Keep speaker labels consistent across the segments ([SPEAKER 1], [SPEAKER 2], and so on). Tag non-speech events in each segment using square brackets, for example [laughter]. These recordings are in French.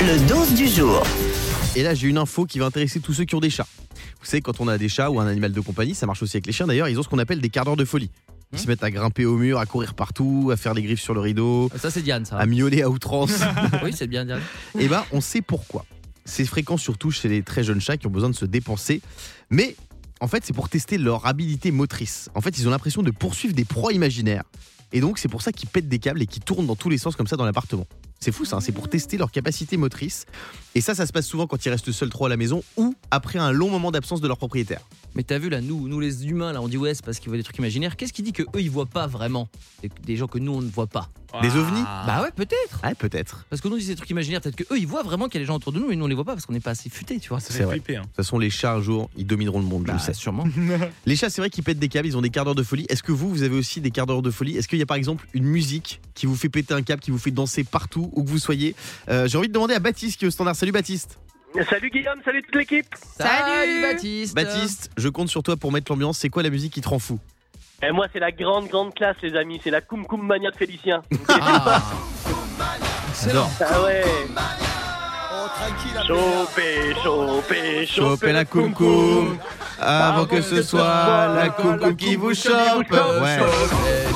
[SPEAKER 1] Le 12 du jour.
[SPEAKER 2] Et là, j'ai une info qui va intéresser tous ceux qui ont des chats. Vous savez, quand on a des chats ou un animal de compagnie, ça marche aussi avec les chiens d'ailleurs, ils ont ce qu'on appelle des quarts d'heure de folie. Ils se mettent à grimper au mur, à courir partout, à faire des griffes sur le rideau,
[SPEAKER 3] Ah, Ça, c'est Diane, ça.
[SPEAKER 2] à miauler à outrance.
[SPEAKER 3] [laughs] Oui, c'est bien Diane.
[SPEAKER 2] Eh ben, on sait pourquoi. C'est fréquent surtout chez les très jeunes chats qui ont besoin de se dépenser. Mais en fait, c'est pour tester leur habilité motrice. En fait, ils ont l'impression de poursuivre des proies imaginaires. Et donc, c'est pour ça qu'ils pètent des câbles et qu'ils tournent dans tous les sens comme ça dans l'appartement. C'est fou ça, hein, c'est pour tester leur capacité motrice. Et ça, ça se passe souvent quand ils restent seuls trois à la maison ou après un long moment d'absence de leur propriétaire.
[SPEAKER 3] Mais t'as vu là, nous, nous les humains, là, on dit ouais, c'est parce qu'ils voient des trucs imaginaires. Qu'est-ce qui dit que eux ils voient pas vraiment Des- Des gens que nous on ne voit pas.
[SPEAKER 2] Des ovnis
[SPEAKER 4] Ah.
[SPEAKER 3] Bah ouais, peut-être.
[SPEAKER 2] Ouais, peut-être.
[SPEAKER 3] Parce que nous on dit des trucs imaginaires, peut-être que eux ils voient vraiment qu'il y a des gens autour de nous, mais nous on les voit pas parce qu'on n'est pas assez futés, tu vois.
[SPEAKER 2] C'est vrai.
[SPEAKER 4] flipper, hein.
[SPEAKER 2] De toute façon, les chats, un jour, ils domineront le monde, je
[SPEAKER 3] Bah,
[SPEAKER 2] le sais.
[SPEAKER 3] sûrement.
[SPEAKER 2] Les chats, c'est vrai qu'ils pètent des câbles, ils ont des quarts d'heure de folie. Est-ce que vous, vous avez aussi des quarts d'heure de folie Est-ce qu'il y a par exemple une musique qui vous fait péter un câble, qui vous fait danser partout où que vous soyez Euh, J'ai envie de demander à Baptiste qui est au standard. Salut Baptiste.
[SPEAKER 5] Salut Guillaume, salut toute l'équipe.
[SPEAKER 3] Salut Baptiste.
[SPEAKER 2] Baptiste, je compte sur toi pour mettre l'ambiance. C'est quoi la musique qui te rend fou
[SPEAKER 5] Et Eh, moi, c'est la grande, grande classe, les amis. C'est la Koum Koum Mania de Félicien.
[SPEAKER 3] Ah.
[SPEAKER 2] J'adore.
[SPEAKER 5] [laughs] Ah ouais. Chopé, chopé,
[SPEAKER 2] Chopez la koum koum avant que ce soit la koum koum qui vous chope. Ouais.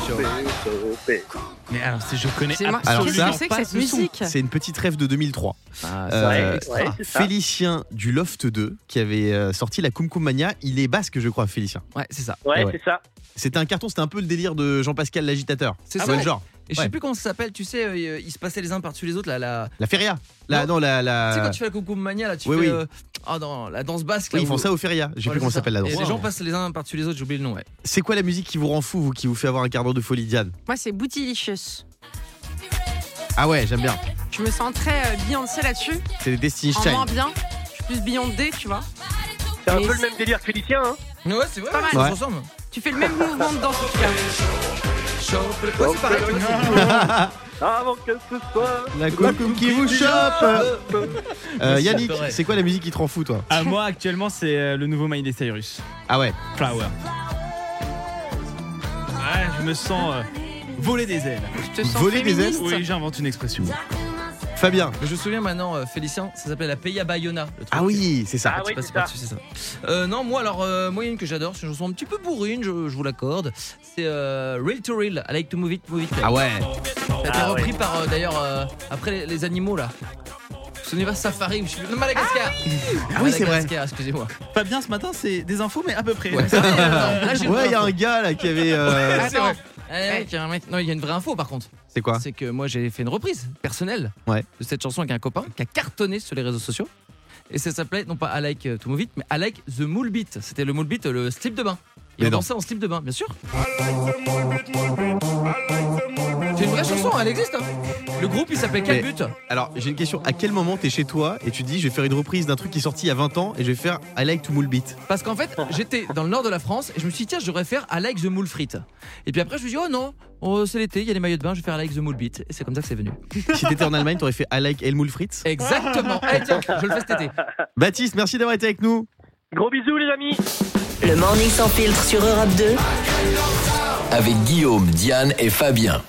[SPEAKER 5] chopé.
[SPEAKER 4] Mais alors, c'est- je connais
[SPEAKER 6] C'est mar-
[SPEAKER 2] Alors
[SPEAKER 6] Qu'est-ce
[SPEAKER 2] ça,
[SPEAKER 6] que c'est que
[SPEAKER 3] pas
[SPEAKER 6] cette
[SPEAKER 3] ce son.
[SPEAKER 6] musique
[SPEAKER 2] C'est une petite rêve de 2003.
[SPEAKER 3] Ah, ça,
[SPEAKER 2] Euh,
[SPEAKER 3] c'est
[SPEAKER 2] ouais,
[SPEAKER 3] extra.
[SPEAKER 5] ouais. C'est ça.
[SPEAKER 2] Félicien du Loft 2 qui avait euh, sorti la Koum Koum Mania, il est basque je crois Félicien.
[SPEAKER 3] Ouais, c'est ça.
[SPEAKER 5] Ouais,
[SPEAKER 2] Ah ouais.
[SPEAKER 5] c'est ça.
[SPEAKER 2] C'était un carton, c'était un peu le délire de Jean-Pascal l'agitateur.
[SPEAKER 3] C'est
[SPEAKER 2] Ah
[SPEAKER 3] ça.
[SPEAKER 2] ouais, genre.
[SPEAKER 3] Et je
[SPEAKER 2] Ouais.
[SPEAKER 3] sais plus comment ça s'appelle, tu sais, euh, ils se passaient les uns par-dessus les autres là. la-
[SPEAKER 2] La feria. La, non. la. la-
[SPEAKER 3] Tu sais quand tu fais la coucou mania là, tu
[SPEAKER 2] Euh. Oui,
[SPEAKER 3] fais
[SPEAKER 2] oui.
[SPEAKER 3] euh, ah non, la danse basque.
[SPEAKER 2] Oui,
[SPEAKER 3] là,
[SPEAKER 2] ils
[SPEAKER 3] où-
[SPEAKER 2] font ça au feria. J'ai
[SPEAKER 3] Voilà,
[SPEAKER 2] plus comment
[SPEAKER 3] c'est
[SPEAKER 2] ça s'appelle la
[SPEAKER 3] Et
[SPEAKER 2] danse.
[SPEAKER 3] les gens passent les uns par-dessus les autres, j'ai oublié le nom. Ouais.
[SPEAKER 2] C'est quoi la musique qui vous rend fou, vous, qui vous fait avoir un quart d'heure de folie, Diane
[SPEAKER 6] Moi, c'est Bootylicious.
[SPEAKER 2] Ah ouais, j'aime bien.
[SPEAKER 6] Je me sens très euh, Beyoncé là-dessus.
[SPEAKER 2] C'est les Destiny
[SPEAKER 3] Ah,
[SPEAKER 6] En moins
[SPEAKER 2] Child.
[SPEAKER 6] bien. Je suis plus Beyoncé, tu vois.
[SPEAKER 5] C'est un
[SPEAKER 6] Mais
[SPEAKER 5] peu le
[SPEAKER 6] c'est-
[SPEAKER 5] même délire que Félicien. Hein.
[SPEAKER 3] Mais ouais, c'est vrai,
[SPEAKER 6] Pas
[SPEAKER 3] ouais,
[SPEAKER 6] mal.
[SPEAKER 3] ça
[SPEAKER 2] Ouais.
[SPEAKER 3] se ressemble.
[SPEAKER 6] Tu fais
[SPEAKER 2] [laughs]
[SPEAKER 6] le même mouvement de danse, en tout cas.
[SPEAKER 3] Ouais, c'est pareil, tu vois, c'est- [laughs]
[SPEAKER 5] Avant que ce soit.
[SPEAKER 2] La coucou qui vous chope Euh, Yannick,
[SPEAKER 3] j'adorais.
[SPEAKER 2] c'est quoi la musique qui te rend fou, toi
[SPEAKER 4] À Ah, moi, actuellement, c'est euh, le nouveau Miley Cyrus.
[SPEAKER 2] Ah ouais.
[SPEAKER 4] Flower. Ouais, je me sens euh, voler des ailes.
[SPEAKER 6] Je te sens
[SPEAKER 2] Voler des
[SPEAKER 6] féministe.
[SPEAKER 4] Oui, j'invente une expression.
[SPEAKER 2] Fabien.
[SPEAKER 3] Mais je me souviens maintenant, euh, Félicien, ça s'appelait la Peya Bayona. le truc.
[SPEAKER 2] Ah oui, c'est ça.
[SPEAKER 5] Ah oui,
[SPEAKER 3] Je sais pas,
[SPEAKER 5] c'est
[SPEAKER 3] c'est pas
[SPEAKER 5] ça.
[SPEAKER 3] dessus, c'est ça. Euh, non, moi, alors, euh, moi, il y en a une que j'adore, c'est une chanson un petit peu bourrine, je, je vous l'accorde. C'est euh, Real to Real, I like to move it, move it.
[SPEAKER 2] Ah ouais.
[SPEAKER 3] Ça a été
[SPEAKER 5] Ah ouais.
[SPEAKER 3] repris par, euh, d'ailleurs, euh, après les, les animaux, là. Vous vous souvenez pas Safari ou je suis... Non, Madagascar
[SPEAKER 2] Ah oui, c'est vrai.
[SPEAKER 3] Madagascar, excusez-moi.
[SPEAKER 4] Pas bien ce matin, c'est des infos, mais à peu près.
[SPEAKER 3] Ça, euh, non, là, j'ai une
[SPEAKER 2] Ouais, il y a
[SPEAKER 3] vraie
[SPEAKER 2] un
[SPEAKER 3] info.
[SPEAKER 2] gars là qui avait. [laughs] euh,
[SPEAKER 3] Ah,
[SPEAKER 6] Attends.
[SPEAKER 3] c'est vrai. Eh, mec, il y a un mec- Non, il y a une vraie info, par contre.
[SPEAKER 2] C'est quoi
[SPEAKER 3] c'est que moi j'ai fait une reprise personnelle
[SPEAKER 2] Ouais.
[SPEAKER 3] de cette chanson avec un copain qui a cartonné sur les réseaux sociaux. Et ça s'appelait non pas I like euh, to move it, mais I like the moule beat. C'était le moule beat, euh, le slip de bain.
[SPEAKER 2] Mais
[SPEAKER 3] Et on
[SPEAKER 2] non.
[SPEAKER 3] dansait en slip de bain, bien sûr. C'est une vraie chanson, elle existe. hein. Le groupe il s'appelait Quel
[SPEAKER 2] Mais-
[SPEAKER 3] but
[SPEAKER 2] Alors, j'ai une question. À quel moment t'es chez toi et tu te dis, je vais faire une reprise d'un truc qui est sorti il y a 20 ans et je vais faire I like to moule beat
[SPEAKER 3] Parce qu'en fait, j'étais dans le nord de la France et je me suis dit, tiens, je devrais faire I like the moule frites. Et puis après, je me suis dit, oh non, oh, c'est l'été, il y a les maillots de bain, je vais faire I like the moule beat. Et c'est comme ça que c'est venu.
[SPEAKER 2] Si t'étais en Allemagne, t'aurais fait I like El Moule Fritz.
[SPEAKER 3] Exactement. Eh, tiens, je le fais cet été.
[SPEAKER 2] Baptiste, merci d'avoir été avec nous.
[SPEAKER 5] Gros bisous, les amis.
[SPEAKER 1] Le morning sans filtre sur Europe 2.
[SPEAKER 7] Avec Guillaume, Diane et Fabien.